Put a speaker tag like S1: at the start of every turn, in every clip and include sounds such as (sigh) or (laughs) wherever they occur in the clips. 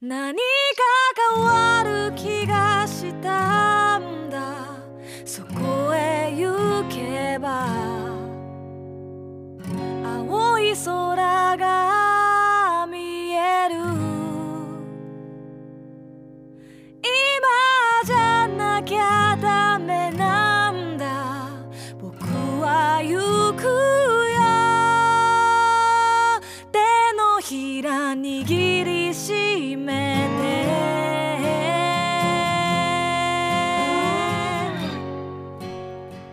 S1: 何か変わる気がしたんだそこへ行けば青い空が見える今じゃなきゃダメなんだ僕は行くよ手のひら握りしめて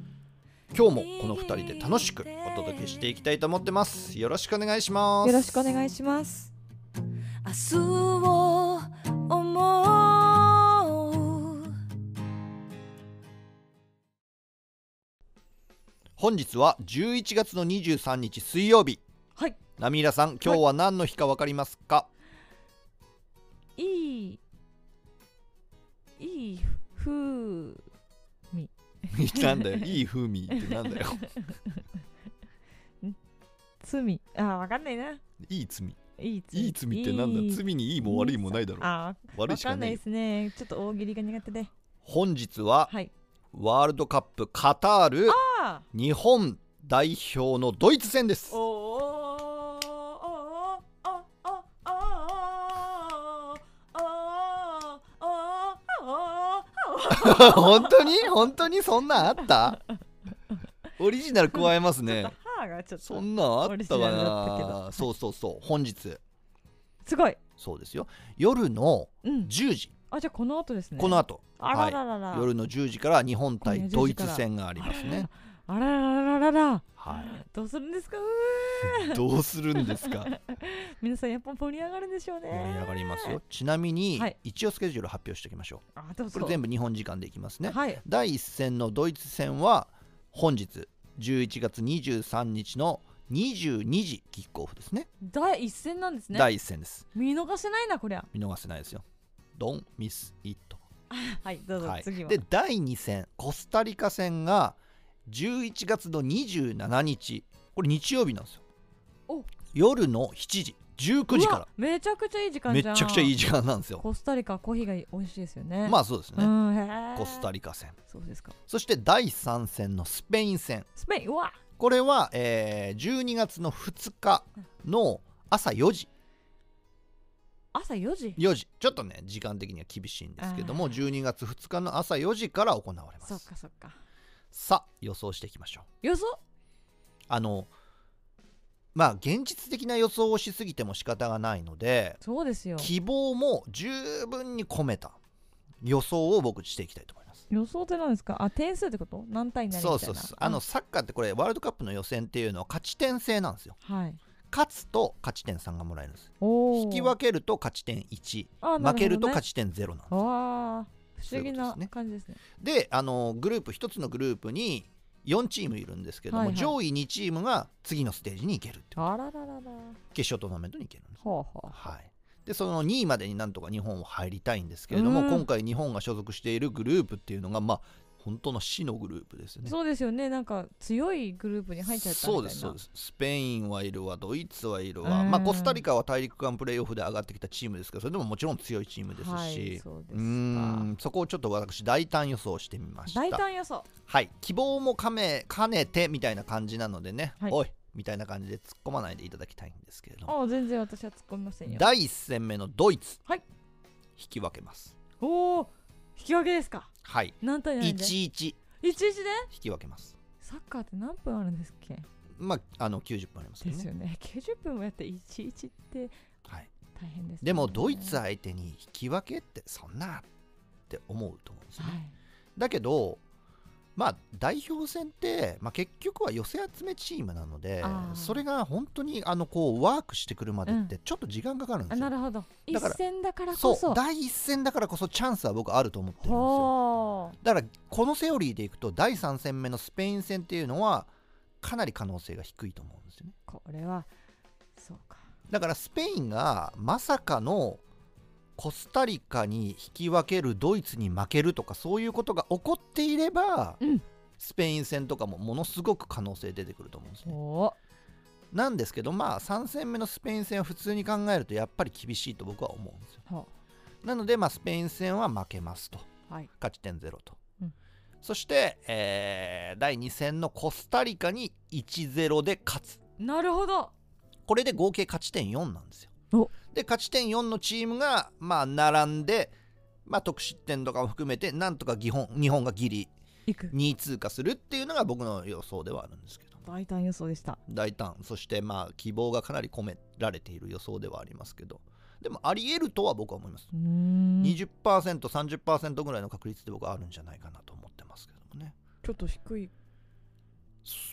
S2: 今日もこの2人で楽しくお届けしていきたいと思ってますよろしくお願いします
S3: よろしくお願いします。
S1: 明日を思う
S2: 本日は11月の23日水曜日
S3: はい
S2: ナミイラさん今日は何の日かわかりますか、
S3: いい。いい風。
S2: なんだよいい風味ってなんだよ
S3: 罪。あー、わかんないな。
S2: いい罪
S3: いい罪。
S2: いい罪ってなんだ
S3: いい
S2: 罪にいいも悪いもないだろ
S3: あー、
S2: 悪
S3: わ
S2: いしか
S3: かん
S2: な
S3: ないい
S2: よ
S3: ですね。ちょっと大喜利が苦手で。
S2: 本日は
S3: はい。
S2: ワールドカップカタール
S3: あ
S2: 日本代表のドイツ戦です
S3: ー。おーおーおーおーおーおーおーおーおーお
S2: (laughs)
S3: ー
S2: 本当に本当にそんなんあ
S3: (laughs)
S2: ったオリジナル加えます
S3: ちょ
S2: ね
S3: っと歯がちょっ
S2: そ
S3: と
S2: んなんあ
S3: オ
S2: っ
S3: リ
S2: た
S3: ジナルだったけ
S2: かなそうそうそう本日
S3: すごい。
S2: そうですよ夜の
S3: うん。
S2: 10時
S3: あ、じゃあこの後ですね。
S2: この後
S3: あらららら。
S2: 夜の10時から日本対
S3: 今夜10
S2: ドイ
S3: 時か
S2: ツ
S3: ら
S2: 戦がありますね。
S3: あらららららら。
S2: は
S3: どうするんですかう
S2: い、どうするんです
S3: (laughs)
S2: か
S3: ー皆さんやっぱ盛り上がるんでしょう
S2: 盛り上
S3: ね。
S2: がりますよ。ちなみに、
S3: はい
S2: 一応スケジュール発表しておきましょ
S3: あどう
S2: う。こ
S3: ぞ。
S2: れ全部日本時間でいきますね。
S3: はい。
S2: 第1戦のドイツ戦は本日11月23日の22時キックオフですね。
S3: 第一戦なんですね。
S2: 第1戦です。
S3: 見逃せないなこりゃ。
S2: 見逃せないですよ。ドン・ミス・イット。
S3: はいどうぞ、
S2: はい、
S3: 次は。
S2: で第2戦コスタリカ戦が11月の27日これ日曜日なんですよ
S3: お
S2: 夜の7時19時
S3: う
S2: か
S3: わめちゃくちゃいい時
S2: ら
S3: 間
S2: め
S3: じ
S2: ち
S3: ゃん。
S2: ゃくちゃいい時間なんですよ
S3: コスタリカコーヒーが美味しいですよね。
S2: まあそうですね
S3: うんへ
S2: コスタ
S3: リ
S2: リカ戦
S3: カ。そうですか。
S2: そして第3戦のスペイン戦
S3: スペインうわ
S2: これは、えー12月の2日の朝4時
S3: 朝4時。
S2: 4時ちょっとね時間的には厳しいんですけども12月2日の朝4時から行われま
S3: そっ
S2: す
S3: かそっか。
S2: さあ予想していきましょう
S3: 予想
S2: あのまあ現実的な予想をしすぎても仕方がないので
S3: そうですよ。
S2: 希望も十分に込めた予想を僕していきたいと思います。
S3: 予想って何ですかあ点数ってこと何対何みたいな。
S2: そうそうそうあのサッカーってこれワールドカップの予選っていうのは勝ち点制なんですよ
S3: うん。はい。
S2: 勝つと勝ち点3がもらえるんです
S3: おお。
S2: 引き分けると勝ち点1
S3: あ
S2: 負けると
S3: ち。
S2: 勝ち点0なんです
S3: わあ不思議
S2: そういうことで
S3: な
S2: すね
S3: 感じですね。
S2: であのグループ1つのグループに4チームいるんですけども、
S3: はいはい
S2: 上位2チームが次のステージに行けるって
S3: あらららら。
S2: 決勝トーナメントに行けるんです
S3: ほうほう。
S2: はい、でその2位までになんとか日本は入りたいんですけれども、
S3: うん
S2: 今回日本が所属しているグループっていうのがまあ本当の死のグループですよね。
S3: そうですよね。なんか強いグループに入っちゃったみた
S2: そう
S3: いな。
S2: ですそうですスペインはいるわドイツはいるわ、
S3: うん
S2: まあ、コスタリカは大陸間プレーオフで上がってきたチームですけどそれでももちろん強いチームですし、
S3: はい、
S2: う
S3: そうで
S2: ー
S3: す
S2: んそこをちょっと私大胆予想してみまし
S3: か。大
S2: た、
S3: 胆予想。
S2: はい、希望もかめ兼ねてみたいな感じなのでね、
S3: はい
S2: おいみたいな感じで突っ込まないでいただきたいんですけれども
S3: ああ全然私は突っ込みませんよ。
S2: 第1戦目のドイツ、
S3: はい
S2: 引き分けます。
S3: おお引き分けですか。
S2: はい
S3: 何対何で？一
S2: 11引
S3: 一で？
S2: き分けます
S3: サッカーって何分あるんですっけ？
S2: まああの90分ありますけ
S3: で
S2: ど
S3: す
S2: ね
S3: よね。九十分もやって一一って
S2: はい、
S3: 大変です、ね。
S2: でもドイツ。相手に引き分けってそんなって思うと思うんですよ
S3: は
S2: ね、
S3: い。
S2: だけどまあ代表戦って、まあ、結局は寄せ集めチームなので
S3: あー
S2: それが本当にあのこうワークしてくるまでっ
S3: う
S2: てちょっと時間かかるんで
S3: あ
S2: すよ、
S3: なるほど一
S2: だから
S3: 戦だからこそ
S2: そう第一戦だからこそチャンスは僕あると思ってるんですよ
S3: ほ
S2: だからこのセオリーでいくと第3戦目のスペイン戦っていうのはかなり可能性が低いと思うんですよね
S3: うこれはそうか
S2: だからスペインがまさかのコスタリカに引き分けるドイツに負けるとかそういうことが起こっていれば、
S3: うん
S2: スペイン戦とかもものすごく可能性出てくると思うんですね。
S3: お
S2: なんですけどまあ3戦目のスペイン戦は普通に考えるとやっぱり厳しいと僕は思うんですよ。
S3: ほ
S2: なので、まあ、スペイン戦は負けますと
S3: うはい
S2: 勝ち点0と。
S3: うん
S2: そして、えー第2戦のコスタリカに1-0で勝つ
S3: なるほど
S2: これで合計勝ち点4なんですよ
S3: お。
S2: で勝ち点4のチームがまあ並んで、まあ、得失点とかも含めてなんとか日本日本がギリ
S3: いく
S2: 2位通過するっていうのが僕の予想ではあるんですけど
S3: 大胆予想でした
S2: 大胆そしてまあ希望がかなり込められている予想ではありますけどでもあり得るとは僕は思います。
S3: うーん
S2: 20%30% ぐらいの確率で僕はあるんじゃないかなと思ってますけどもね。
S3: ちょっと低い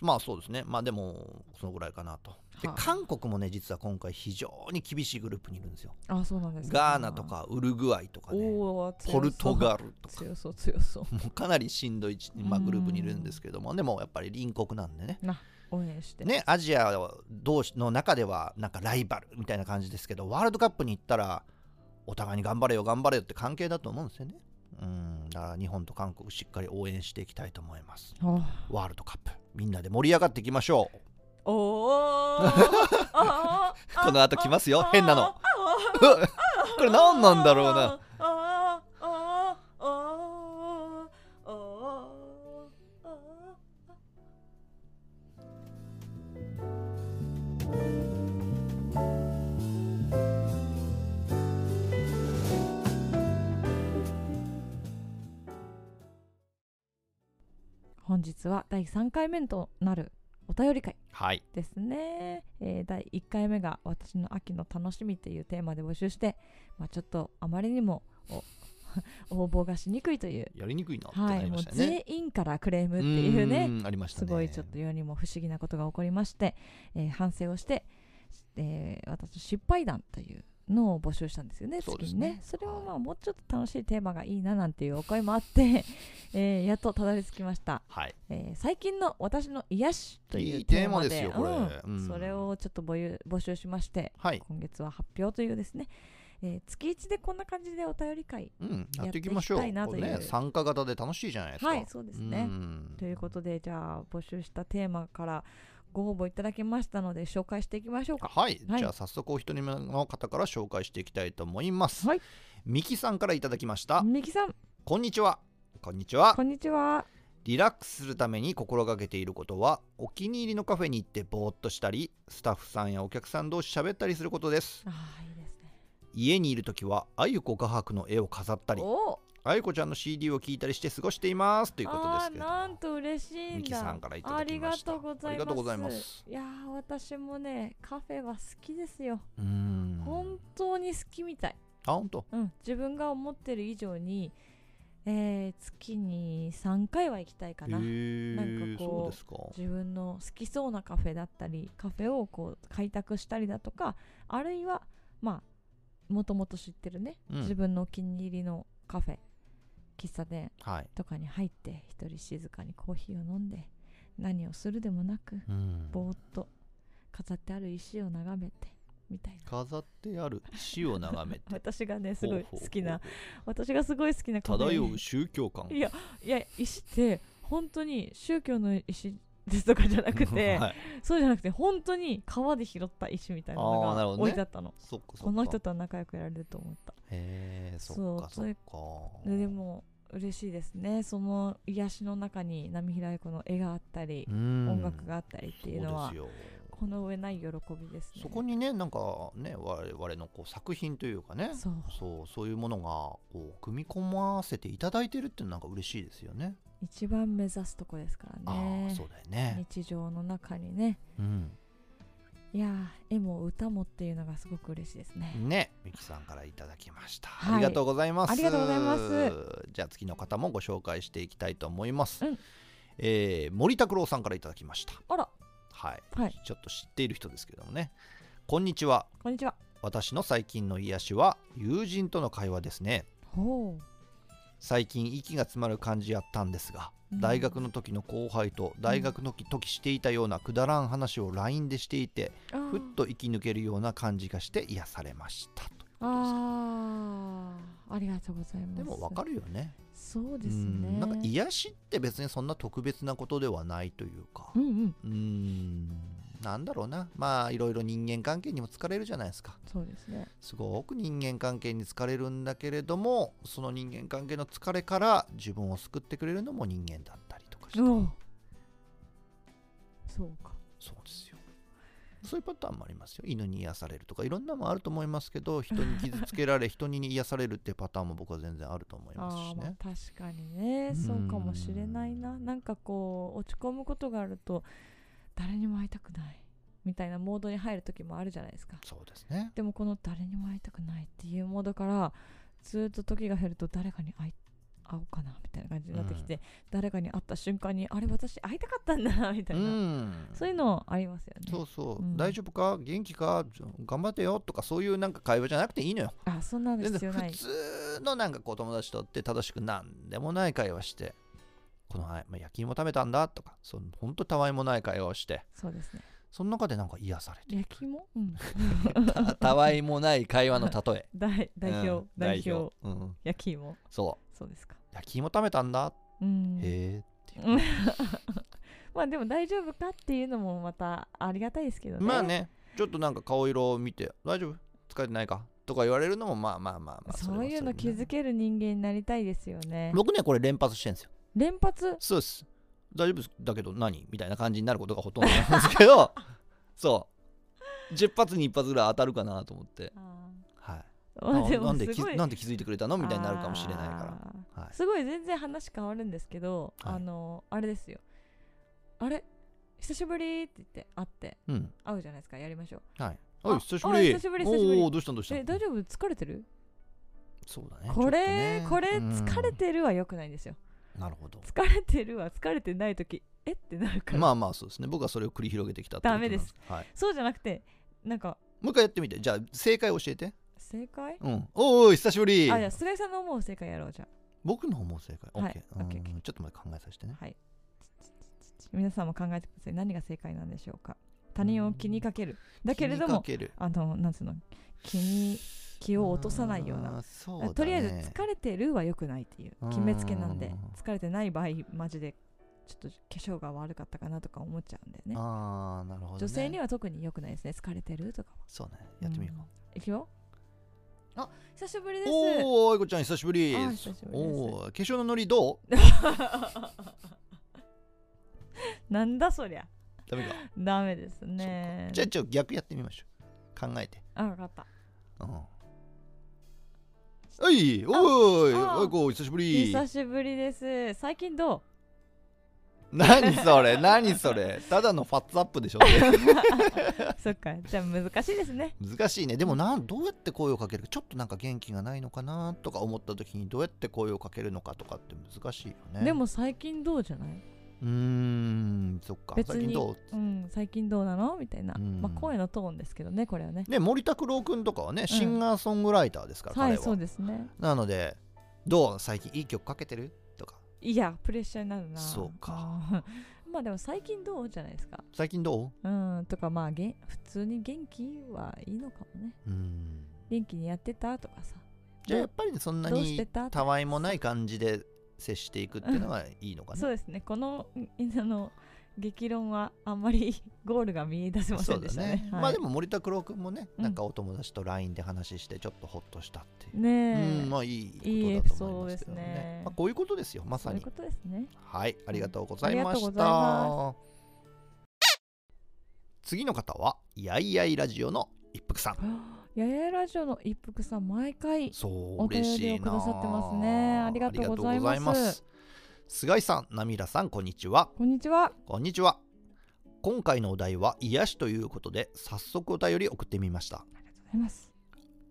S2: まあそうですねまあでもそのぐらいかなと。で
S3: はあ
S2: 韓国もね実は今回非常に厳しいグループにいるんですよ。
S3: あそうなんですね
S2: ガーナとかウルグアイとかね
S3: おお
S2: ポルトガルとか
S3: 強そう強そう
S2: もうかなりしんどいち、まあ、
S3: うん
S2: グループにいるんですけどもでもやっぱり隣国なんでね
S3: な応援して
S2: ねアジア同士の中ではなんかライバルみたいな感じですけどワールドカップに行ったらお互いに頑張れよ頑張れよって関係だと思うんですよねうんだから日本と韓国しっかり応援していきたいと思います
S3: お
S2: ワールドカップみんなで盛り上がっていきましょう
S3: お (laughs)
S2: この後来ますよ変なの
S3: こ
S2: これ何なんだろうな
S3: な本日は第3回目となるお便り会
S2: はい
S3: ですね、えー第1回目が「私の秋の楽しみ」というテーマで募集して、まあ、ちょっとあまりにもお (laughs) 応募がしにくいという、
S2: やりにくいなって
S3: は、
S2: ないりま
S3: もう
S2: したね、
S3: 全員からクレームっていうね
S2: んありました
S3: す
S2: ね
S3: ごいちょっと世にも不思議なことが起こりまして、えー反省をして、えー私失敗談というのを募集したんですよね
S2: そうで
S3: 次
S2: す
S3: に
S2: ね
S3: ねそれをま
S2: は
S3: あもうちょっと楽しいテーマがいいななんていうお (laughs) 声もあって、えーやっとたどり着きました
S2: はい
S3: えー最近の私の癒しとい
S2: いうい
S3: テ
S2: テ
S3: ー
S2: ー
S3: マ
S2: マ
S3: で
S2: ですよこれ
S3: うん
S2: うん
S3: それをちょっと募集募集しまして
S2: はい
S3: 今月は発表というですね、えー月1でこんな感じでお便り会
S2: うん、や
S3: やっ
S2: ってて
S3: い
S2: い
S3: き
S2: き
S3: ま
S2: ま
S3: し
S2: し
S3: ょ
S2: ょ
S3: う
S2: う。
S3: やっていきたいなという
S2: これね、参加型で楽しいじゃないですか。
S3: はいそうですね
S2: ん
S3: ということでじゃあ募集したテーマからご応募いただきましたので紹介していきましょうか
S2: はい、
S3: はい
S2: じゃあ早速お一人目の方から紹介していきたいと思います。
S3: はい
S2: ミキさんからいただきました。
S3: みきさん
S2: こんにちは。こんにちは
S3: こ。んにちは
S2: リラックスするために心がけていることは、お気に入りのカフェに行ってぼーっとしたり、スタッフさんやお客さん同士喋ったりすることです。
S3: あーいいですね
S2: 家にいるときは、あゆこ画伯の絵を飾ったり、
S3: おー
S2: あゆこちゃんの CD を聴いたりして過ごしていますということですけ
S3: あー
S2: れども。
S3: なんと嬉しいんだ
S2: ミキさんからいただきました
S3: ありがとうございます
S2: ありがとうございます
S3: いやー私もねカフェは好きですよ、
S2: うーん。
S3: 本当に好きみたい
S2: あ、ほんと。
S3: うん、自分が思ってる以上に、えー月に3回は行きたいか
S2: へ
S3: な
S2: ー
S3: なんかこう
S2: そうですか。
S3: 自分の好きそうなカフェだったりカフェをこう開拓したりだとかあるいはまあもともと知ってるね、
S2: うん
S3: 自分のお気に入りのカフェ喫茶店
S2: はい。
S3: とかに入って一人静かにコーヒーを飲んで何をするでもなく
S2: うん
S3: ぼーっと飾ってある石を眺めてみたいな
S2: 飾ってある石を眺めて
S3: 私が (laughs) ねすごい好きな
S2: ほうほう
S3: 私がすごい好きなカ
S2: ほう
S3: フェ
S2: 漂う宗教
S3: (laughs)
S2: 観
S3: いやいや石って本当に宗教の石ですとかじゃなくて、
S2: (laughs)
S3: (laughs)
S2: はい、
S3: そうじゃなくて本当に川で拾った石みたいなの
S2: あーな
S3: が
S2: るほどね
S3: 置いてあったの、
S2: そっかそっか
S3: この人とは仲良くやられると思った
S2: へえそっか
S3: そ
S2: そうっか
S3: ででも嬉しいですねその癒しの中に波平彦の絵があったり、
S2: うん
S3: 音楽があったりっていうのは
S2: そうですよ
S3: この上ない喜びですね
S2: そこにねなんかね我々のこう作品というかね
S3: そう
S2: そうそういうものがこう組み込ませていただいてるっていうのはなんか嬉しいですよね。
S3: 一番目指すとこですから
S2: ああ
S3: ね
S2: そうだよね。
S3: 日常の中にね
S2: うん、
S3: いやー絵も歌もっていうのがすごく嬉しいですね、
S2: ねみきさんからいただきました、
S3: はい
S2: ありがとうございます
S3: ありがとうございます
S2: じゃあ次の方もご紹介していきたいと思います、
S3: うん
S2: えー森拓郎さんからいただきました
S3: あら、
S2: はい、
S3: はい
S2: ちょっと知っている人ですけどもねこんにちは
S3: こんにちは。
S2: 私の最近の癒しは友人との会話ですね
S3: ほう。
S2: 最近息が詰まる感じやったんですが
S3: うん
S2: 大学の時の後輩と大学の時していたようなくだらん話を LINE でしていて
S3: あー
S2: ふっと息抜けるような感じがして癒されましたということです
S3: ああ、ありがとうございます。
S2: でもわかるよね
S3: そうです
S2: うん
S3: ね。
S2: なんか癒しって別にそんな特別なことではないというか
S3: うんうん、
S2: うんなんだろうなまあいろいろ人間関係にも疲れるじゃないですか
S3: そうですね。
S2: すごく人間関係に疲れるんだけれどもその人間関係の疲れから自分を救ってくれるのも人間だったりとかして
S3: おうそうか。
S2: そうですよそういうパターンもありますよ犬に癒されるとかいろんなのもあると思いますけど人に傷つけら
S3: (laughs)
S2: れ人に癒されるってパターンも僕は全然あると思います
S3: あ
S2: し
S3: ーまあ
S2: ね
S3: 確かにね、そうかもしれないな。
S2: うん
S3: なんかこう、落ち込むことがあると、誰にも会いたくない。みたいなモードに入る時もあるじゃないですか。
S2: そうですね
S3: でもこの誰にも会いたくないっていうモードからずっと時が減ると誰かに会い会おうかなみたいな感じになってきて、誰かに会った瞬間にあれ私会いたかったんだみた
S2: う
S3: いな、
S2: ん
S3: そういうのありますよね
S2: そうそう、
S3: うん
S2: 大丈夫か元気かちょ頑張ってよとかそういうなんか会話じゃなくていいのよ
S3: あそんなの
S2: 全
S3: 必
S2: 然
S3: 要ない
S2: 普通のなんかこう友達とって正しくなんでもない会話してこの前、まあ、焼き芋食べたんだとかそのほんとたわいもない会話をして
S3: そうですね
S2: その中でなんか癒されて
S3: 焼きも、うん、 (laughs)
S2: たたわいもない会話の例え
S3: 代代
S2: う
S3: 表、
S2: ん
S3: 代表
S2: うん、
S3: 焼き芋
S2: そ
S3: そうですか
S2: う焼き芋食べたんだ、
S3: うん
S2: へえ
S3: まあでも大丈夫かっていうのもまたありがたいですけどね
S2: まあねちょっとなんか顔色を見て大丈夫疲れてないかとか言われるのもまあまあまあまあれは
S3: そういうの
S2: れ
S3: 気
S2: で
S3: づける人間になりたいですよね
S2: 僕ねこれ連発してるんですよ
S3: 連発
S2: そうです大丈夫ですだけど何みたいな感じになることがほとんどなんですけ (laughs) どそう10発に1発ぐらい当たるかなと思って、
S3: あー
S2: はい、
S3: まあで
S2: なな
S3: も
S2: ん
S3: す
S2: で気
S3: ごい
S2: なんで気づいてくれたのみたいになるかもしれないか
S3: あー
S2: ら、はい、
S3: すごい全然話変わるんですけど、
S2: はい
S3: あのあれですよあれ久しぶりって言って会って
S2: うん
S3: 会うじゃないですかやりましょう
S2: はい
S3: あ
S2: おい久しぶり
S3: おい久しぶり久しぶり
S2: おーどうしたんどうしたん
S3: え大丈夫疲れてる
S2: そうだね
S3: これ、
S2: ちょっとね
S3: これ
S2: うん
S3: 疲れてるは良くないんですよ
S2: なるほど
S3: 疲れてるは疲れてない時えってなるから、
S2: まあまあそうですね僕はそれを繰り広げてきたってことなん
S3: ダメです、
S2: はい、
S3: そうじゃなくてなんか
S2: もう一回やってみてじゃあ正解教えて
S3: 正解
S2: うんおーおい久しぶり
S3: あじゃあ菅井さんの思う正解やろうじゃ
S2: 僕の思う正解 OK、
S3: はい
S2: うん
S3: OK
S2: ちょっと待って考えさせてね
S3: あはい皆さんも考えてください何が正解なんでしょうか他人を気にかけるだけれども
S2: 気にかける
S3: あのなんつうの気に気を落とさないような
S2: あーそうだね
S3: とりあえず疲れてるは良くないっていう決めつけなん
S2: う
S3: で
S2: ん
S3: 疲れてない場合マジでちょっと化粧が悪かったかなとか思っちゃうんだよね
S2: ああなるほど、ね、
S3: 女性には特に良くないですね疲れてるとかは
S2: そうねやってみようか、
S3: いくよあ久しぶりです
S2: おお愛子ちゃん久しぶり
S3: あ
S2: で
S3: ー
S2: す
S3: 久しぶりです
S2: おお化粧のノリどう
S3: なんだそりゃ
S2: ダメか
S3: ダメです (laughs) ね
S2: じゃあちょっと逆やってみましょう考えて
S3: あ分かった
S2: うんおいおい
S3: ああ
S2: 愛子久しぶり
S3: 久しぶりです最近どう
S2: (laughs) 何それ何それただのファッツアップ
S3: (laughs)
S2: でしょそれ
S3: そっかじゃあ難しいですね
S2: 難しいねでもなんどうやって声をかけるかちょっとなんか元気がないのかなとか思った時にどうやって声をかけるのかとかって難しいよね
S3: でも最近どうじゃないう
S2: ーんそっか
S3: 別
S2: 最
S3: に
S2: 近どう
S3: うん最近どうなのみたいな
S2: うん
S3: まあ声のトーンですけどねこれはね
S2: ね、森拓郎君とかはね、シンガーソングライターですから、
S3: は
S2: 彼
S3: い
S2: は
S3: そうですね
S2: なのでどう最近いい曲かけてるとか
S3: いやプレッシャーになるな
S2: そうか
S3: あー (laughs) まあでも最近どうじゃないですか
S2: 最近ど
S3: うんとかまあげん普通に元気はいいのかもね
S2: ううん
S3: 元気にやってたとかさ
S2: じゃあやっぱりねそんな
S3: どうして
S2: に
S3: た
S2: たわいもない感じで接していくっていうのがいいのか
S3: そう
S2: な、
S3: ですねこのんあの激論はあんまり (laughs) ゴールが見え出せませんでしたねはい
S2: まあでも森拓郎君もね
S3: うん
S2: なんかお友達と LINE で話してちょっとほっとしたっていう、う
S3: ねえ
S2: んまあい
S3: いい
S2: い
S3: エ
S2: こ
S3: ピ
S2: とだと
S3: ソー
S2: 思い
S3: ド
S2: ま
S3: ですす
S2: けど
S3: ね
S2: ねまあ、こういうことですよまさ
S3: そういう
S2: に
S3: ことですね
S2: はいありがとうございま
S3: ありがとう
S2: し
S3: ござい
S2: た
S3: ま
S2: 次の方はやいやいラジオの一服さん
S3: やややラジオの一服さん毎回
S2: そう
S3: お便り
S2: 嬉
S3: を
S2: しいな
S3: くださってますねありがとうございます
S2: ありがとうござい菅井さん、なみらさん、こんにちは。
S3: こんにちは
S2: こんにちは。今回のお題は癒しということで、早速お便り送ってみました。
S3: ありがとうございます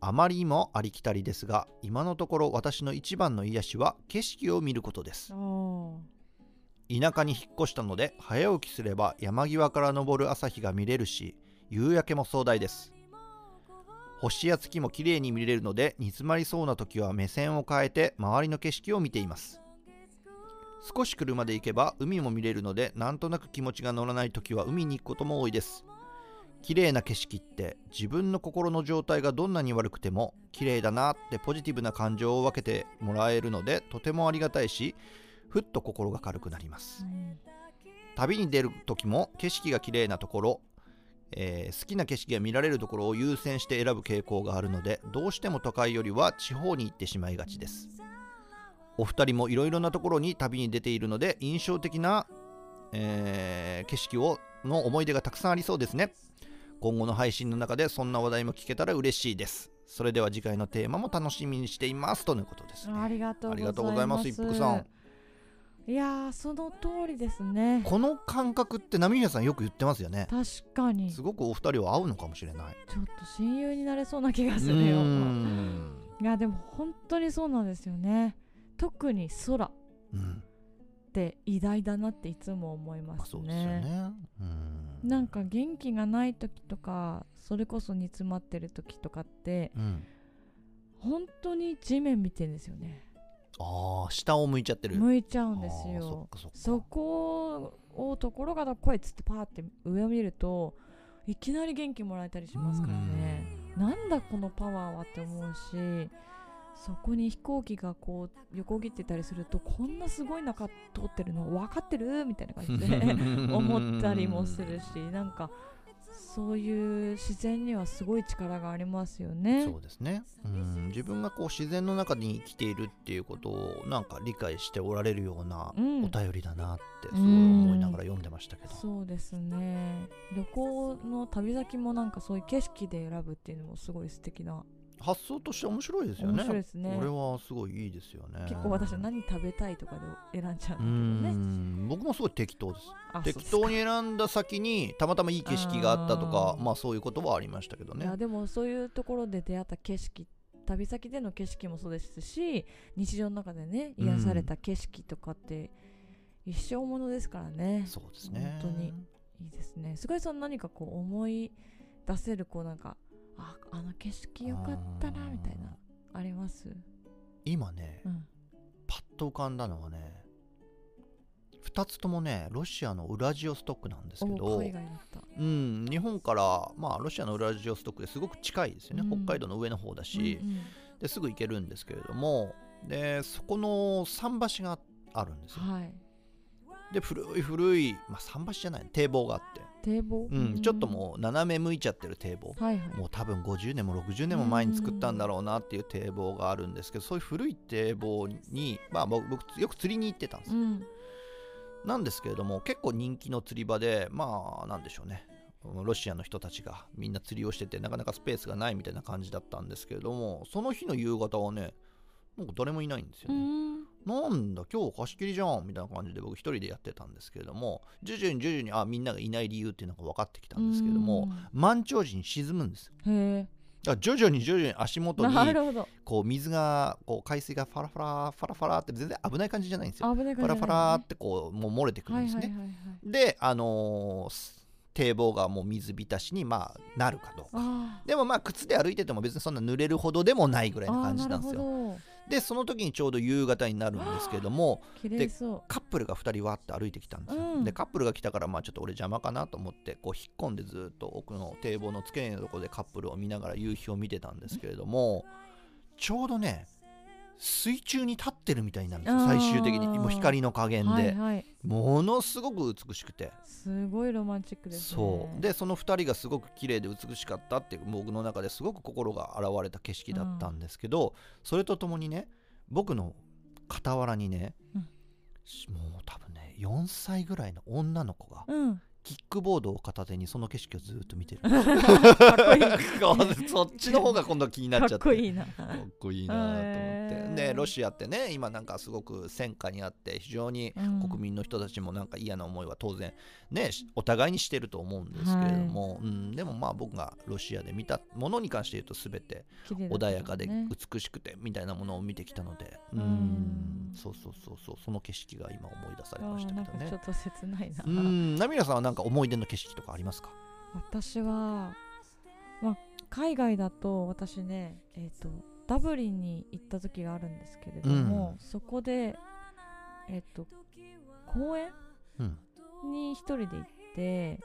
S2: あまりにもありきたりですが、今のところ私の一番の癒しは景色を見ることです。
S3: お
S2: 田舎に引っ越したので早起きすれば山際から昇る朝日が見れるし夕焼けも壮大です星や月も綺麗に見れるので煮詰まりそうな時は目線を変えて周りの景色を見ています少し車で行けば海も見れるのでなんとなく気持ちが乗らない時は海に行くことも多いです綺麗な景色って自分の心の状態がどんなに悪くても綺麗だなってポジティブな感情を分けてもらえるのでとてもありがたいしふっと心が軽くなります
S3: うん
S2: 旅に出る時も景色が綺麗なところ、えー好きな景色が見られるところを優先して選ぶ傾向があるのでどうしても都会よりは地方に行ってしまいがちですお二人もいろいろなところに旅に出ているので印象的な、えー景色をの思い出がたくさんありそうですね今後の配信の中でそんな話題も聞けたら嬉しいですそれでは次回のテーマも楽しみにしていますとのことですね
S3: ありがとう
S2: ありがとう
S3: ご
S2: ご
S3: ざ
S2: ざ
S3: い
S2: い
S3: ま
S2: ますす一服さん
S3: いやーその通りですね
S2: この感覚って波平さんよく言ってますよね
S3: 確かにち
S2: す
S3: ょ
S2: ごくお二人は合うのかもしれない
S3: っと親友になれそうな気が
S2: う
S3: す
S2: ー
S3: るよ
S2: ん
S3: いやでも本当にそうなんですよね特に空っ
S2: うん
S3: て偉大だなっていつも思いま
S2: まあ
S3: す
S2: そうですよ
S3: ね
S2: ねうん
S3: なんか元気がない時とかそれこそ煮詰まってる時とかって
S2: うん
S3: 本当に地面見てんですよね
S2: ああ下を向いちゃってる
S3: 向いちゃうんです
S2: あーそ
S3: よ
S2: っかそっか
S3: そこをところがどっこいっつってパーって上を見るといきなり元気もらえたりしますからねなんだこのパワーはって思うしそこに飛行機がこう横切ってたりするとこんなすごい中通ってるの分かってるみたいな感
S2: (laughs)
S3: じで思ったりもするしなんかそういう自然にはすごい力がありますよね。
S2: そうですねうん自分がこう自然の中に生きているっていうことをなんか理解しておられるような
S3: うん
S2: お便りだなってすごい思いながら読んでましたけど
S3: そうですね旅行の旅先もなんかそういう景色で選ぶっていうのもすごい素敵な
S2: 発想として面白いですよね
S3: 面白いですね
S2: これはすごいいいですよね
S3: 結構私は何食べたいとかで選んじゃ
S2: う
S3: うんだけどね
S2: ん僕もすごい適当です
S3: あ
S2: 適
S3: そう
S2: 当に選んだ先にたまたまいい景色があったとか
S3: あー
S2: まあそういうことはありましたけど
S3: い
S2: ね
S3: やでもそういうところで出会った景色旅先での景色もそうですし日常の中でね
S2: うん
S3: 癒された景色とかって一生ものですからね、
S2: そうですね
S3: 本当にいいですね菅井さん何かこう思い出せるこうなんかああの景色よかったなみたいなあります、
S2: 今ね
S3: うん、
S2: パッと浮かんだのはね2つともねロシアのウラジオストックなんですけ
S3: お
S2: ど
S3: 海、外だった
S2: うん、日本から、まあ、ロシアのウラジオストックですごく近いですよね、
S3: うん
S2: 北海道の上の方だし、
S3: うんうん
S2: ですぐ行けるんですけれどもでそこの桟橋があるんですよ
S3: はい
S2: で古い古い、まあ、桟橋じゃない堤防があって、
S3: 堤防、
S2: うん、ちょっともう斜め向いちゃってる堤防
S3: うはいはい
S2: もう多分50年も60年も前に作ったんだろうなっていう堤防があるんですけどそういう古い堤防に、まあ、僕僕よく釣りに行ってたんです
S3: う
S2: よ
S3: ん
S2: なんですけれども結構人気の釣り場でまあなんでしょうねロシアの人たちがみんな釣りをしててなかなかスペースがないみたいな感じだったんですけれどもその日の夕方はねなんか誰もいないんですよ
S3: う
S2: ね、
S3: ん
S2: なんだ今日貸し切りじゃんみたいな感じで僕一人でやってたんですけれども徐々に徐々にあみんながいない理由っていうのが分かってきたんですけれども満潮時に沈むんです
S3: うんへ
S2: だから徐々に徐々に足
S3: え
S2: 元に
S3: なるほど
S2: こう水がこう海水がファラファラファラファラって全然危ない感じじゃないんですよ。
S3: 危ない
S2: フ
S3: か
S2: ァ
S3: ら
S2: ラファラってこうもう漏れてくる
S3: は
S2: ん
S3: い
S2: です
S3: はい
S2: ね。
S3: はいはい
S2: で、あのーす堤防がもう水浸しにまあなるかどうか。
S3: あ
S2: でもまあ靴で歩いてても別にそんな濡れるほどでもないぐらい
S3: ー
S2: の
S3: あー
S2: 感じな
S3: なる
S2: んで
S3: ほ
S2: すよ。
S3: ど
S2: でその時にちょうど夕方になるんですけども
S3: 綺麗そ
S2: カップルが2人わーって歩いてきたんですよ。
S3: うん
S2: でカップルが来たからまあちょっと俺邪魔かなと思ってこう引っ込んでずっと奥の堤防の付け根のとこでカップルを見ながら夕日を見てたんですけれどもちょうどね水中に立ってるみたいになるんですよ
S3: あー
S2: 最終的にもう光の加
S3: う
S2: 減で、
S3: はいはい
S2: ものすごく美しくて。
S3: すごいロマンチックですね
S2: そうでその2人がすごく綺麗で美しかったっていう僕の中ですごく心が洗われた景色だったんですけど、それとともにね僕の傍らにね、
S3: うん
S2: しもう多分ね4歳ぐらいの女の子が
S3: うん
S2: キックボードを片手にその景色をずーっと見てる
S3: (laughs) かっこい
S2: (laughs)
S3: い
S2: そっちの方が今度気になっち
S3: か
S2: ゃ
S3: っ
S2: って
S3: こいいな
S2: かっこいいなと思って、
S3: へー
S2: でロシアってね今なんかすごく戦火にあって非常に
S3: うん
S2: 国民の人たちもなんか嫌な思いは当然ねしお互いにしてると思うんですけれども、うん、でもまあ僕がロシアで見たものに関して言うと全て
S3: 綺麗だった
S2: 穏
S3: ね
S2: やかで美しくてみたいなものを見てきたので、うん
S3: うん
S2: そうそうそうそうその景色が今思い出さ
S3: あ
S2: れました
S3: ー
S2: け
S3: なん
S2: ど
S3: かちょ
S2: ね
S3: っ。と切ないな、
S2: うん、ナミラさんはなんか思い出の景色とかありますか？
S3: 私は、まあ、海外だと私ね、えー、とダブリンに行った時があるんですけれども、
S2: うん
S3: そこで、えー、と公園
S2: うん、
S3: に一人で行って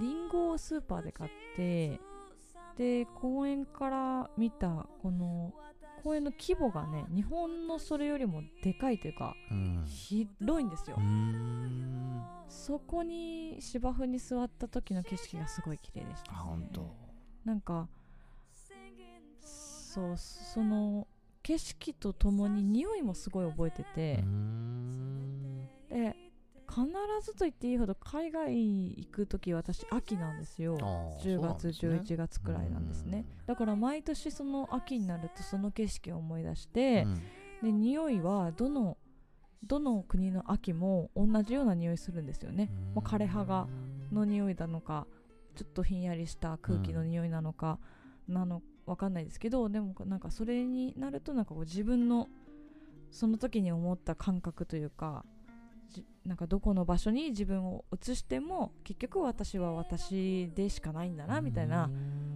S3: リンゴをスーパーで買ってで公園から見たこの公園の規模がね日本のそれよりもでかいというか
S2: うん、
S3: 広いんですよ
S2: うーん、
S3: そこに芝生に座った時の景色がすごい綺麗でした、
S2: あ
S3: ね、
S2: 本当。
S3: なんかそうその景色とともに匂いもすごい覚えて
S2: うー
S3: て、
S2: ん
S3: で必ずと言っていいほど海外行く時私秋なんですよ
S2: あーそう
S3: 10月、
S2: なんですね
S3: 11月くらいなんですねだから毎年その秋になるとその景色を思い出し
S2: う
S3: て、
S2: ん
S3: で匂いはどのどの国の秋も同じような匂いするんですよね、まあ枯葉がの匂いなのかちょっとひんやりした空気の匂いなのか、なのわかんないですけどでもなんかそれになるとなんかこう自分のその時に思った感覚というかじなんかどこの場所に自分を移しても結局私は私でしかないんだなみたいな、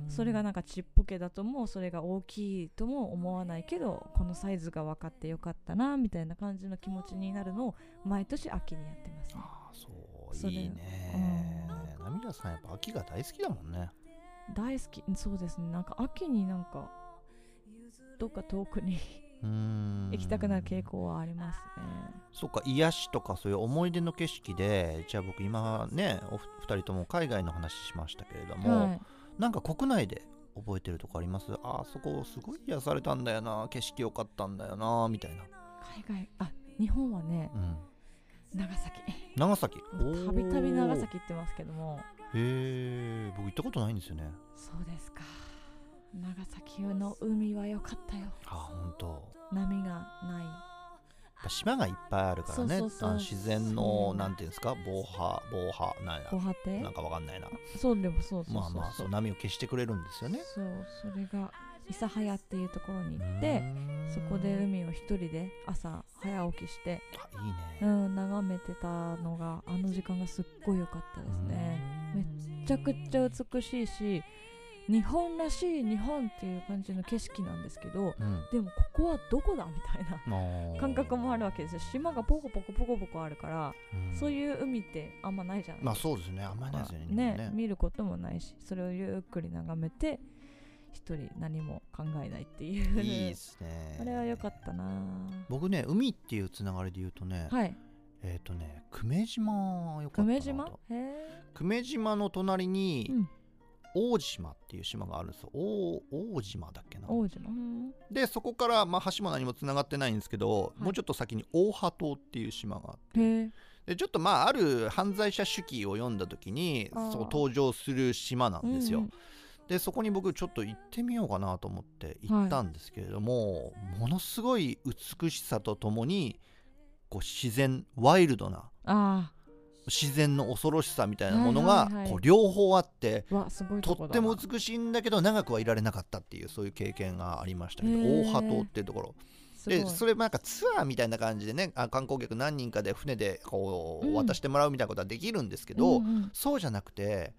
S3: それがなんかちっぽけだともそれが大きいとも思わないけどこのサイズが分かってよかったなみたいな感じの気持ちになるのを毎年秋にやってますね。
S2: あーそ
S3: そうれ
S2: いいねナミラさんやっぱ秋が大好きだもんね
S3: 大好きうんそうですねなんか秋になんかどっか遠くに
S2: うーん
S3: 行きたくなる傾向はありますね
S2: そうか癒しとかそういう思い出の景色でじゃあ僕今ねおふ二人とも海外の話しましたけれども、
S3: はい
S2: なんか国内で覚えてるとこありますあーそこすごい癒されたんだよな景色良かったんだよなみたいな、
S3: 海外あ日本はね
S2: うん、
S3: 長崎
S2: 長崎
S3: たびたび長崎
S2: へ
S3: 行ってますけども
S2: え僕行ったことないんですよね
S3: そうですか長崎の海は良かったよ
S2: あーほんと
S3: 波がな
S2: やっぱ島がいっぱいあるからね
S3: そうそうそう
S2: あの自然
S3: そ
S2: の
S3: う
S2: なんていうんですか防波防波なんや
S3: いご果て
S2: なんかわかんないな
S3: そうでもそうそうそう
S2: まあまあそう波を消してくれるんですよね
S3: そうそれが諫早っていうところに行ってそこで海を一人で朝早起きして
S2: あいいね
S3: うん、眺めてたのがあの時間がすっごい良かったですねめめちゃくちゃ美しいし日本らしい日本っていう感じの景色なんですけど
S2: うん
S3: でもここはどこだみたいな
S2: あー
S3: 感覚もあるわけですよ島がポコポコポコポコあるから、
S2: うん
S3: そういう海ってあんまないじゃない
S2: まあ
S3: ですか、
S2: そうですねあんまりないですよね
S3: ね
S2: 日本
S3: 見ることもないしそれをゆっくり眺めて一人何も考えないっていう
S2: ねいいですね
S3: (laughs) あれは良かったな
S2: 僕ね海っていうつながりで言うとね
S3: はい
S2: えっとね久米島よかった
S3: 久
S2: な
S3: 米
S2: と
S3: 島へえ
S2: 久米島の隣に
S3: うん
S2: 大島っていう島があるんですよ大大島だっけな
S3: 王子のうん
S2: でそこから、まあ、橋も何もつながってないんですけど、
S3: い
S2: もうちょっと先に大波島っていう島があって
S3: へえ
S2: でちょっとまあある犯罪者手記を読んだ時に
S3: あー
S2: そう登場する島なんですよ、
S3: うんうん
S2: でそこに僕ちょっと行ってみようかなと思って行ったんですけれども、ものすごい美しさとともにこう自然ワイルドな
S3: あ
S2: 自然の恐ろしさみたいなものが、
S3: はいはいはい
S2: こう両方あって
S3: あわすごい
S2: と
S3: こ
S2: っ
S3: だ
S2: て
S3: な
S2: も美しいんだけど長くはいられなかったっていうそういう経験がありましたけど
S3: へー
S2: 大波島っていうところ
S3: すごい
S2: でそれもなんかツアーみたいな感じでねあ観光客何人かで船でこ
S3: う
S2: うん渡してもらうみたいなことはできるんですけど、
S3: うんうん
S2: そうじゃなくて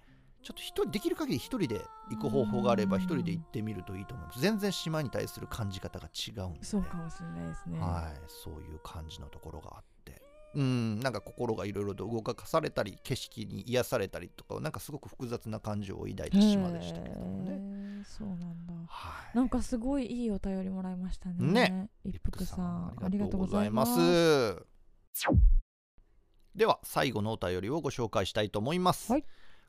S2: ちょっと一人できる限り一人で行く方法があれば
S3: うん
S2: 一人で行ってみるといいと思います全然島に対する感じ方が違うんで
S3: そうかもしれないですね
S2: はいそういう感じのところがあってうんなんか心がいろいろと動かされたり景色に癒されたりとかなんかすごく複雑な感情を抱いた島でしたけれどもね。
S3: へえそうなんだ
S2: はい
S3: なんかすごいいいお便りもらいましたね
S2: ね
S3: 一服さん
S2: ありがとうございま
S3: ありがとうござい
S2: す。では最後のお便りをご紹介したいと思います。
S3: はい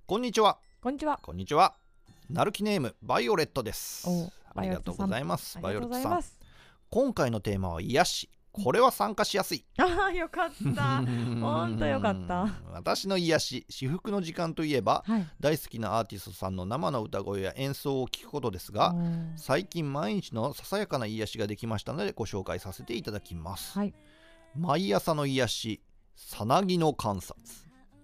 S2: こんにちは。
S3: こんにちは
S2: こんにちは。なるきネームバイオレットです
S3: お。
S2: ありがとうございます。
S3: あ
S2: バ
S3: り
S2: イ
S3: が
S2: オ
S3: と
S2: レッ
S3: う
S2: ト
S3: ござ
S2: さ
S3: いま
S2: ん。
S3: す
S2: 今回のテーマは癒し。これは参加しやすい
S3: (laughs) ああよかった。
S2: (laughs)
S3: ほんとよかった
S2: 私の癒し至福の時間といえば
S3: はい。
S2: 大好きなアーティストさんの生の歌声や演奏を聞くことですが
S3: おー
S2: 最近毎日のささやかな癒しができましたのでご紹介させていただきます、
S3: はい。
S2: 毎朝の癒しさなぎの観察、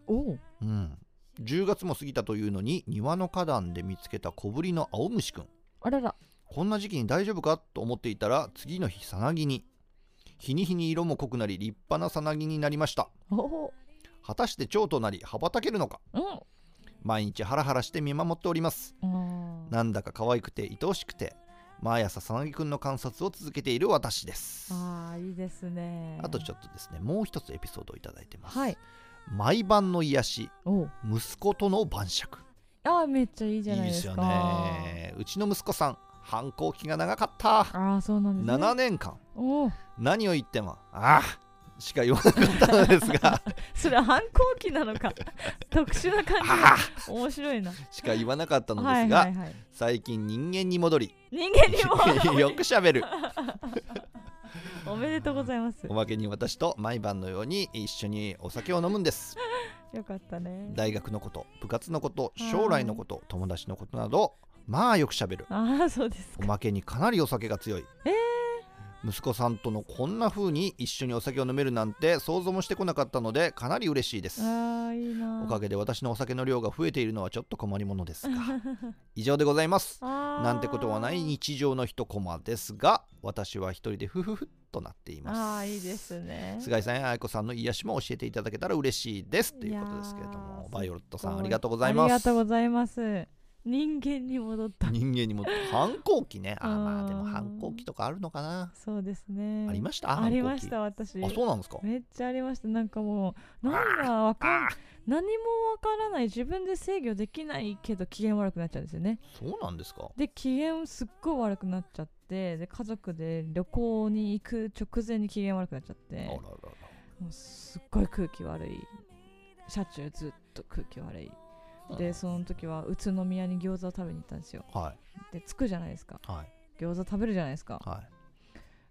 S3: おお。
S2: うん、10月も過ぎたというのに庭の花壇で見つけた小ぶりの青虫くん
S3: あらら。
S2: こんな時期に大丈夫かと思っていたら次の日さなぎに日に日に色も濃くなり立派なさなぎになりました
S3: おお。
S2: 果たして蝶となり羽ばたけるのか
S3: うん。
S2: 毎日ハラハラして見守っております
S3: あー
S2: なんだか可愛くて愛おしくて毎朝さなぎくんの観察を続けている私です
S3: あーいいですね。
S2: あとちょ
S3: っ
S2: っとですねもう一つエピソードをいただいてます、
S3: はい。
S2: 毎晩の癒し
S3: おお。
S2: 息子との晩酌
S3: あーめっちゃいいじゃない
S2: い
S3: で
S2: ですすよ
S3: か。
S2: ねうちの息子さん反抗期が長かった
S3: ああそうなんですね。
S2: 7年間
S3: おお。
S2: 何を言っても「ああ」しか言わなかったのです
S3: (laughs)
S2: が
S3: それ反抗期なの
S2: (laughs)
S3: か。特殊な
S2: 「
S3: 感
S2: ああ
S3: じ。面白いな。」
S2: しか言わなかったの
S3: は
S2: です
S3: い
S2: が、
S3: はいはい。
S2: 最近人間に戻
S3: (laughs)
S2: り
S3: 人間
S2: (laughs)
S3: にも
S2: よく喋る
S3: おめでとうございます
S2: お。まけに私と毎晩のように一緒にお酒を飲むんです
S3: よかったね。
S2: 大学のこと部活のこと
S3: はい
S2: 将来のこと友達のことなどまあよく喋る
S3: ああそうです
S2: お
S3: か。
S2: まけにかなりお酒が強い
S3: えー
S2: 息子さんとのこんな風に一緒にお酒を飲めるなんて想像もしてこなかったのでかなり嬉しいです
S3: ああいいな。
S2: おかげで私のお酒の量が増えているのはちょっと困りものです
S3: (laughs)
S2: が以上でございますな
S3: なん
S2: てことはない日常の一コマですが私は一人でふふふっとなっています
S3: ああいいですね。
S2: 菅井さんや愛子さんの癒しも教えていただけたら嬉しいですと
S3: い
S2: い
S3: や
S2: う
S3: ー
S2: ことですけれど
S3: す
S2: も
S3: ごい
S2: バイオレットさんありがとうございま
S3: あ
S2: す
S3: りがとうございます。人間に戻った。
S2: 人間にも反抗期ねあー
S3: うん
S2: まあでも反抗期とかあるのかな
S3: そうですね。
S2: ありました
S3: ありました
S2: あ
S3: 私。
S2: そうなんですか
S3: めっちゃありました。なんかもうなんだわかん
S2: あ
S3: 何もわからない自分で制御できないけど機嫌悪くなっちゃうんですよね。
S2: そうなんですか
S3: で機嫌すっごい悪くなっちゃってで家族で旅行に行く直前に機嫌悪くなっちゃっ
S2: あ
S3: て
S2: ららら
S3: もうすっごい空気悪い車中ずっと空気悪い
S2: うん
S3: でその時は宇都宮に餃子を食べに行ったんですよ
S2: らはい
S3: で着くじゃないですか
S2: はい
S3: 餃子食べるじゃないですか
S2: は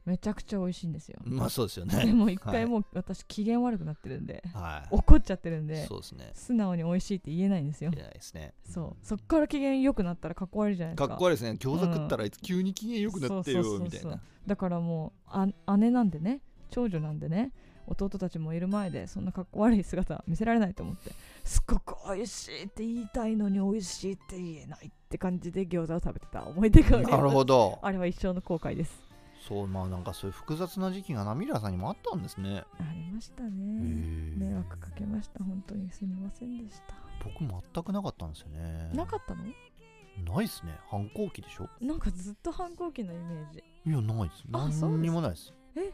S3: めちゃくちゃ美味しいんですよ
S2: い (laughs) まあそうですよ
S3: で
S2: ね
S3: も一
S2: はい
S3: 回もう私機嫌悪くなってるんで
S2: はい
S3: 怒っちゃってるんで
S2: そうですね
S3: 素直に美味しいって言えないんですよ
S2: 言えないですね
S3: そうそっから機嫌良くなったらかっこ悪いじゃないです
S2: か
S3: か
S2: っこ悪いですね餃子食ったらいつ急に機嫌良くなってよ
S3: そうそうそうそう
S2: みたいな
S3: だからもうあ姉なんでね長女なんでね弟たちもいる前でそんなかっこ悪い姿見せられないと思ってすっごく美味しいって言いたいのに美味しいって言えないって感じで餃子を食べてた思い出があります
S2: なるほ
S3: (laughs)
S2: ど
S3: あれは一生の後悔です
S2: そうまあなんかそういう複雑な時期がナミラさんにもあったんですね
S3: ありました
S2: へ
S3: ね
S2: ー
S3: 迷惑かけました本当にすみませんでした
S2: 僕全くなかったんですよね
S3: なかったの
S2: ないっすね反抗期でしょ
S3: なんかずっと反抗期のイメージ
S2: いやないっす
S3: あそうです
S2: 何にもないっす
S3: え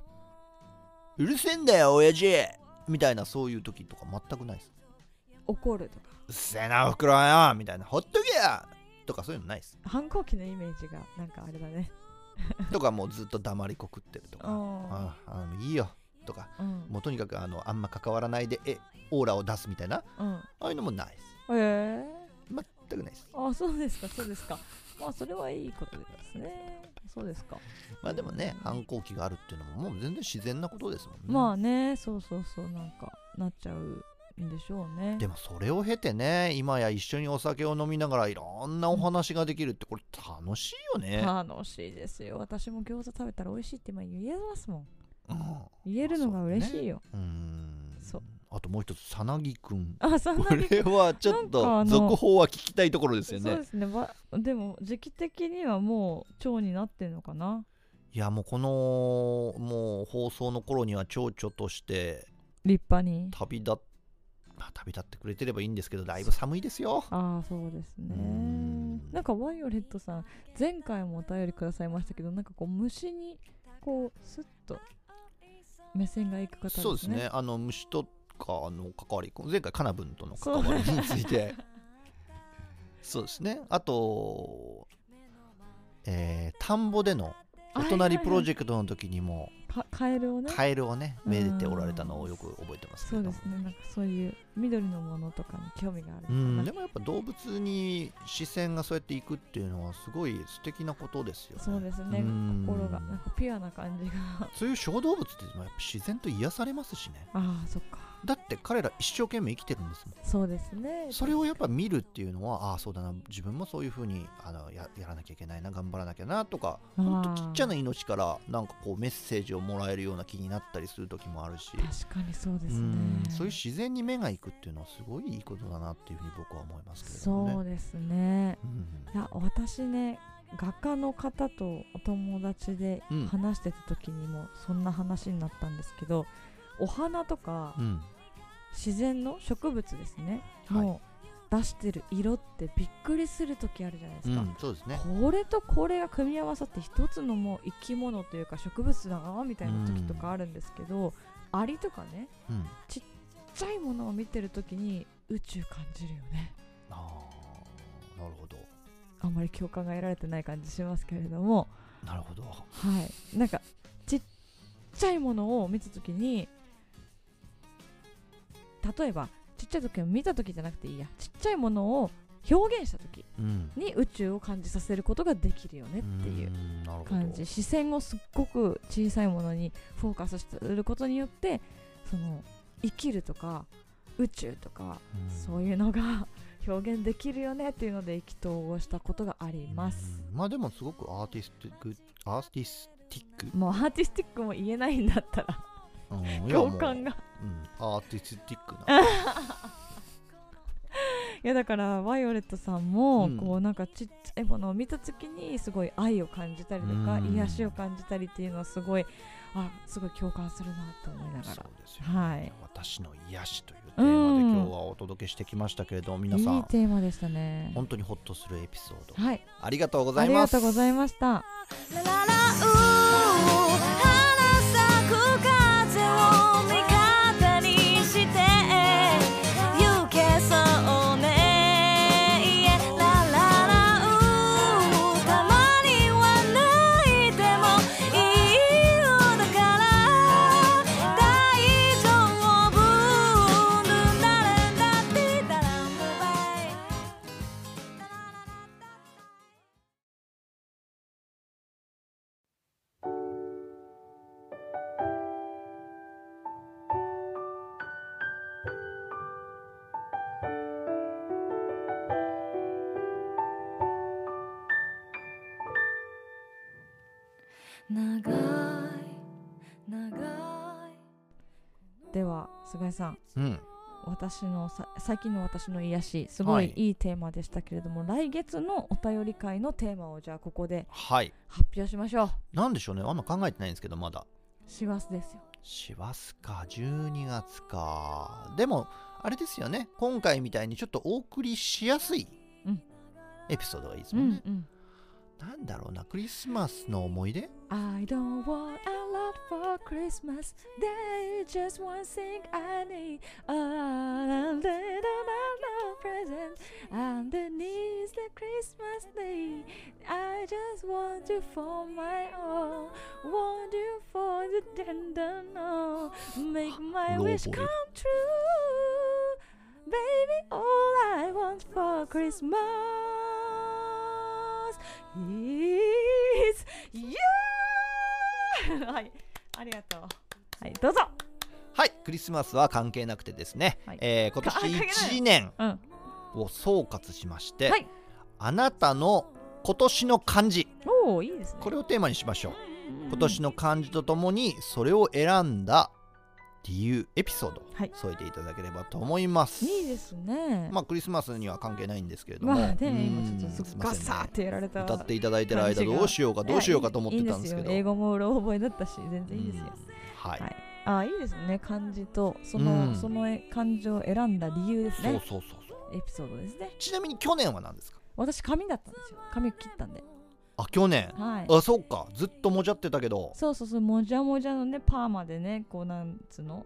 S2: うるせえんだよ親父みたいなそういう時とか全くないっす
S3: 怒るとか
S2: うっせえなおふくろよみたいなほっとけよとかそういうのないっ
S3: (laughs)
S2: す
S3: 反抗期のイメージがなんかあれだね
S2: とかもうずっと黙りこくってるとか
S3: あ
S2: ああのいいよとか
S3: あうん
S2: もうとにかくあのあんま関わらないでえオーラを出すみたいな
S3: うん
S2: ああいうのもないっす
S3: へえ
S2: 全くないっす
S3: あそうですかそうですかまあそれはいいことですねそうですか、
S2: まあでもね反抗期があるっていうのももう全然自然なことですもんね
S3: まあねそうそうそうなんかなっちゃうんでしょうね
S2: でもそれを経てね今や一緒にお酒を飲みながらいろんなお話ができるってこれ楽しいよね、
S3: 楽しいですよ私も餃子食べたら美味しいって今言えますもん
S2: うん、
S3: 言えるのが嬉しいよ
S2: うーん
S3: そう
S2: あともう一つさなぎくん
S3: あそん
S2: こ
S3: なに
S2: れはちょっ
S3: なんか
S2: と
S3: あの
S2: 続報は聞きたいところです
S3: そう
S2: よね
S3: ですねばでも時期的にはもう腸になってんのかない
S2: やもうこのもう放送の頃には蝶々として
S3: 立派に
S2: 旅立っ、まあ、旅立ってくれてればいいんですけどだいぶ寒いですよ
S3: ああそうですね
S2: うん
S3: なんかワイオレットさん前回もお便りくださいましたけどなんかこう虫にこうスッと目線がいく方ですね
S2: そうですねあの虫とかの関わり前回カナブンとの関わりについて
S3: (laughs)
S2: そうですねあとえー田んぼでのお隣プロジ
S3: ェ
S2: ェ
S3: ク
S2: クトの時にも
S3: トかカエルをね
S2: カエルをねめでておられたのをよく覚えてますけ
S3: そ
S2: れ
S3: う
S2: ど
S3: で
S2: も
S3: すねなんかそういう緑のものとかに興味がある
S2: う
S3: の
S2: んで
S3: かな
S2: もやっぱ動物に視線がそうやっていくっていうのはすごい素敵なことですよね
S3: そうですね
S2: うん
S3: 心がなんかピュアな感
S2: (laughs)
S3: じが
S2: そういう小動物ってやっぱ自然と癒されますしね
S3: ああそっか
S2: だって彼ら一生懸命生きてるんですもん
S3: そうですね
S2: それをやっぱ見るっていうのはああそうだな自分もそういうふうにあのややらなきゃいけないな頑張らなきゃなとか
S3: あー
S2: ほんとちっちゃな命からなんかこうメッセージをもらえるような気になったりする時もあるし
S3: 確かにそうですね
S2: うんそういう自然に目がいくっていうのはすごいいいことだなっていうふうに僕は思いますけれどもね
S3: そうですね
S2: うん
S3: いや私ね画家の方とお友達で
S2: うん
S3: 話してた時にもそんな話になったんですけど、お花とか
S2: うん
S3: 自然の植物ですね、
S2: はい
S3: もう出してる色ってびっくりする時あるじゃないですか、
S2: うんそうですね
S3: これとこれが組み合わさって一つのもう生き物というか植物だなみたいな時とかあるんですけど、アリとかね
S2: うん
S3: ちっちゃいものを見てる時に宇宙感じるよね
S2: ああなるほど
S3: あんまり共感が得られてない感じしますけれども
S2: なるほど
S3: はいなんかちっちゃいものを見た時に例えばちっちゃい時を見た時じゃなくていいやちっちゃいものを表現した時
S2: うん
S3: に宇宙を感じさせることができるよねっていう
S2: うんなるほど
S3: 感じ視線をすっごく小さいものにフォーカスすることによってその生きるとか宇宙とか
S2: うん
S3: そういうのが表現できるよねっていうので意気投合したことがあります。
S2: うんまあでもすごくアーティスティックアーティスティック
S3: もうアーティスティックも言えないんだったら
S2: うんいやもう
S3: 共感が
S2: うんアーティスティックな
S3: いやだからワイオレットさんも
S2: うん
S3: こうなんかちっちゃいものを見た時にすごい愛を感じたりとか
S2: うん
S3: 癒しを感じたりっていうのはすごいあすごい共感するなと思いな
S2: そ
S3: が
S2: う
S3: ら
S2: ですよね
S3: はい
S2: 私の癒しというテーマで
S3: うん
S2: 今日はお届けしてきましたけれども皆さ
S3: いい
S2: ん
S3: テーマでしたね
S2: 本当にホッとするエピソード
S3: はい
S2: ありがとうござ
S3: あ
S2: い
S3: り
S2: ま
S3: が
S2: す
S3: とうございました
S1: ラララうー花咲く風を味方にして行けそうねラララうーたまには泣いてもいいよだから大丈夫誰だってたらもばい長い長い
S3: では菅井さん
S2: うん
S3: 私のさ最近の私の癒しすご
S2: はいい
S3: いいテーマでしたけれども、来月のお便り会のテーマをじゃあここで
S2: はい
S3: 発表しましょう
S2: なんでしょうねあんま考えてないんですけどまだ
S3: 師走ですよ
S2: 師走か12月かでもあれですよね今回みたいにちょっとお送りしやすい
S3: うん
S2: エピソードがいいです
S3: う
S2: もん
S3: ん
S2: ね、
S3: うん
S2: なんだろうなクリスマスの思い出
S3: I don't want a lot for Christmas There is just one thing I need A little amount of presents Underneath the Christmas tree I just want you for my own Want you for the tender know Make my
S2: うろ覚え
S3: wish come true Baby all I want for Christmas is you (laughs) はい、ありがとう。はい、どうぞ。
S2: はいクリスマスは関係なくてですね、
S3: はい
S2: えー今
S3: 関係ない
S2: 年1年
S3: うん、
S2: を総括しまして、
S3: はい
S2: あなたの今年の漢字
S3: おお、いいですね。
S2: これをテーマにしましょう
S3: うん
S2: 今年の漢字とともにそれを選んだ理由エピソードを
S3: はい
S2: 添えていただければと思います、
S3: いいですね。
S2: まあクリスマスには関係ないんですけれども、
S3: まあ、ね、
S2: うん
S3: 今ちょっと
S2: す
S3: す
S2: い
S3: っ
S2: ま
S3: ガ
S2: せんね
S3: サーってやられた。
S2: 歌っていただいてる間
S3: 感じが
S2: どうしようかどうしようかと思ってたんですけど
S3: いやいいいいんですよ英語もうろ覚えだったし、全然いいですよ。
S2: うんはい、
S3: はいああ、いいですね。漢字と、そ
S2: うん
S3: の、そのえ漢字を選んだ理由です
S2: そう
S3: ね。
S2: そうそうそう
S3: エピソードですね。
S2: ちなみに去年は何ですか
S3: 私、紙だったんですよ。紙を切ったんで。
S2: あ去年
S3: はい。
S2: あそうかずっともじゃってたけど
S3: そうそうそう、もじゃもじゃのね、パーマでね、こうなんつうの。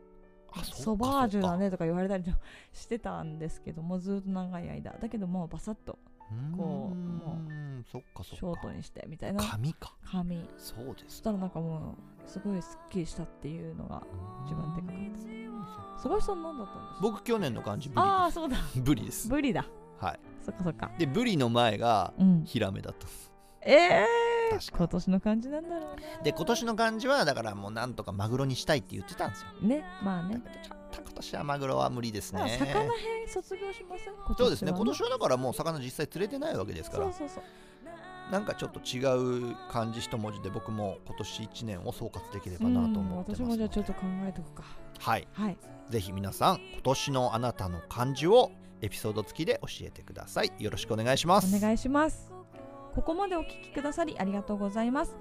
S2: あそうか
S3: ソバージュだ
S2: そうか
S3: ねとか言われたりとしてたんですけどもずっと長い間だけどもうバサッと
S2: うーん
S3: こうも
S2: んそっかそ
S3: シ
S2: っ
S3: ョート
S2: か
S3: にしてみたいな
S2: 紙か
S3: 紙
S2: そうで
S3: そ
S2: す
S3: したらなんかもうすごいすっきりしたっていうのが一番でかかった
S2: うん
S3: すごいさん何だったんですか
S2: 僕去年の漢字ブリ
S3: ああそうだ
S2: (laughs) ブリです
S3: ブリだ
S2: はい
S3: そっかそっか
S2: でブリの前が
S3: うん
S2: ヒラメだったんです
S3: ええ
S2: 確
S3: ー、今年の感じなんだろうね
S2: で今年の漢字はだからもうなんとかマグロにしたいって言ってたんですよ
S3: ねまあ
S2: だ
S3: ね
S2: けどちょっと今年はマグロは無理です
S3: まあ
S2: ね
S3: 魚編卒業しません今年は
S2: そうですね今年はだからもう魚実際釣れてないわけですか
S3: そう
S2: ら
S3: そうそう
S2: なんかちょっと違う漢字一文字で僕も今年1年を総括できれば
S3: う
S2: なと
S3: ん
S2: 思ってます
S3: 私もじゃあちょっ
S2: と
S3: と考えとくか
S2: はい
S3: はい
S2: ぜひ皆さん今年のあなたの漢字をエピソード付きで教えてくださいよろしくお願いします
S3: お願いしますここまでお聞きくださりありがとうございます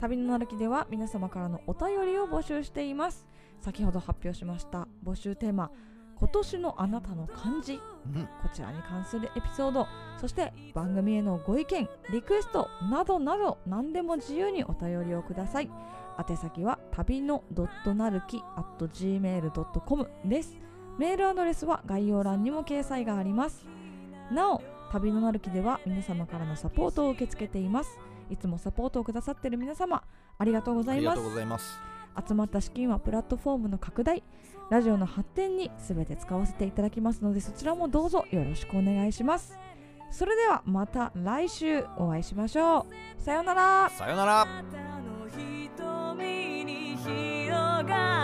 S3: 旅の歩きでは皆様からのお便りを募集しています先ほど発表しました募集テーマ今年のあなたの漢字
S2: うん
S3: こちらに関するエピソードそして番組へのご意見リクエストなどなど何でも自由にお便りをください宛先は旅のドットなるき at gmail.com ですメールアドレスは概要欄にも掲載がありますなお旅のなるきでは皆様からのサポートを受け付けていますいつもサポートをくださっている皆様ありがとうござ
S2: あ
S3: い
S2: りが
S3: ます
S2: とうございます
S3: 集まった資金はプラットフォームの拡大ラジオの発展に全て使わせていただきますのでそちらもどうぞよろしくお願いしますそれではまた来週お会いしましょうさようなら
S2: さよなら
S1: あなたの瞳に広がる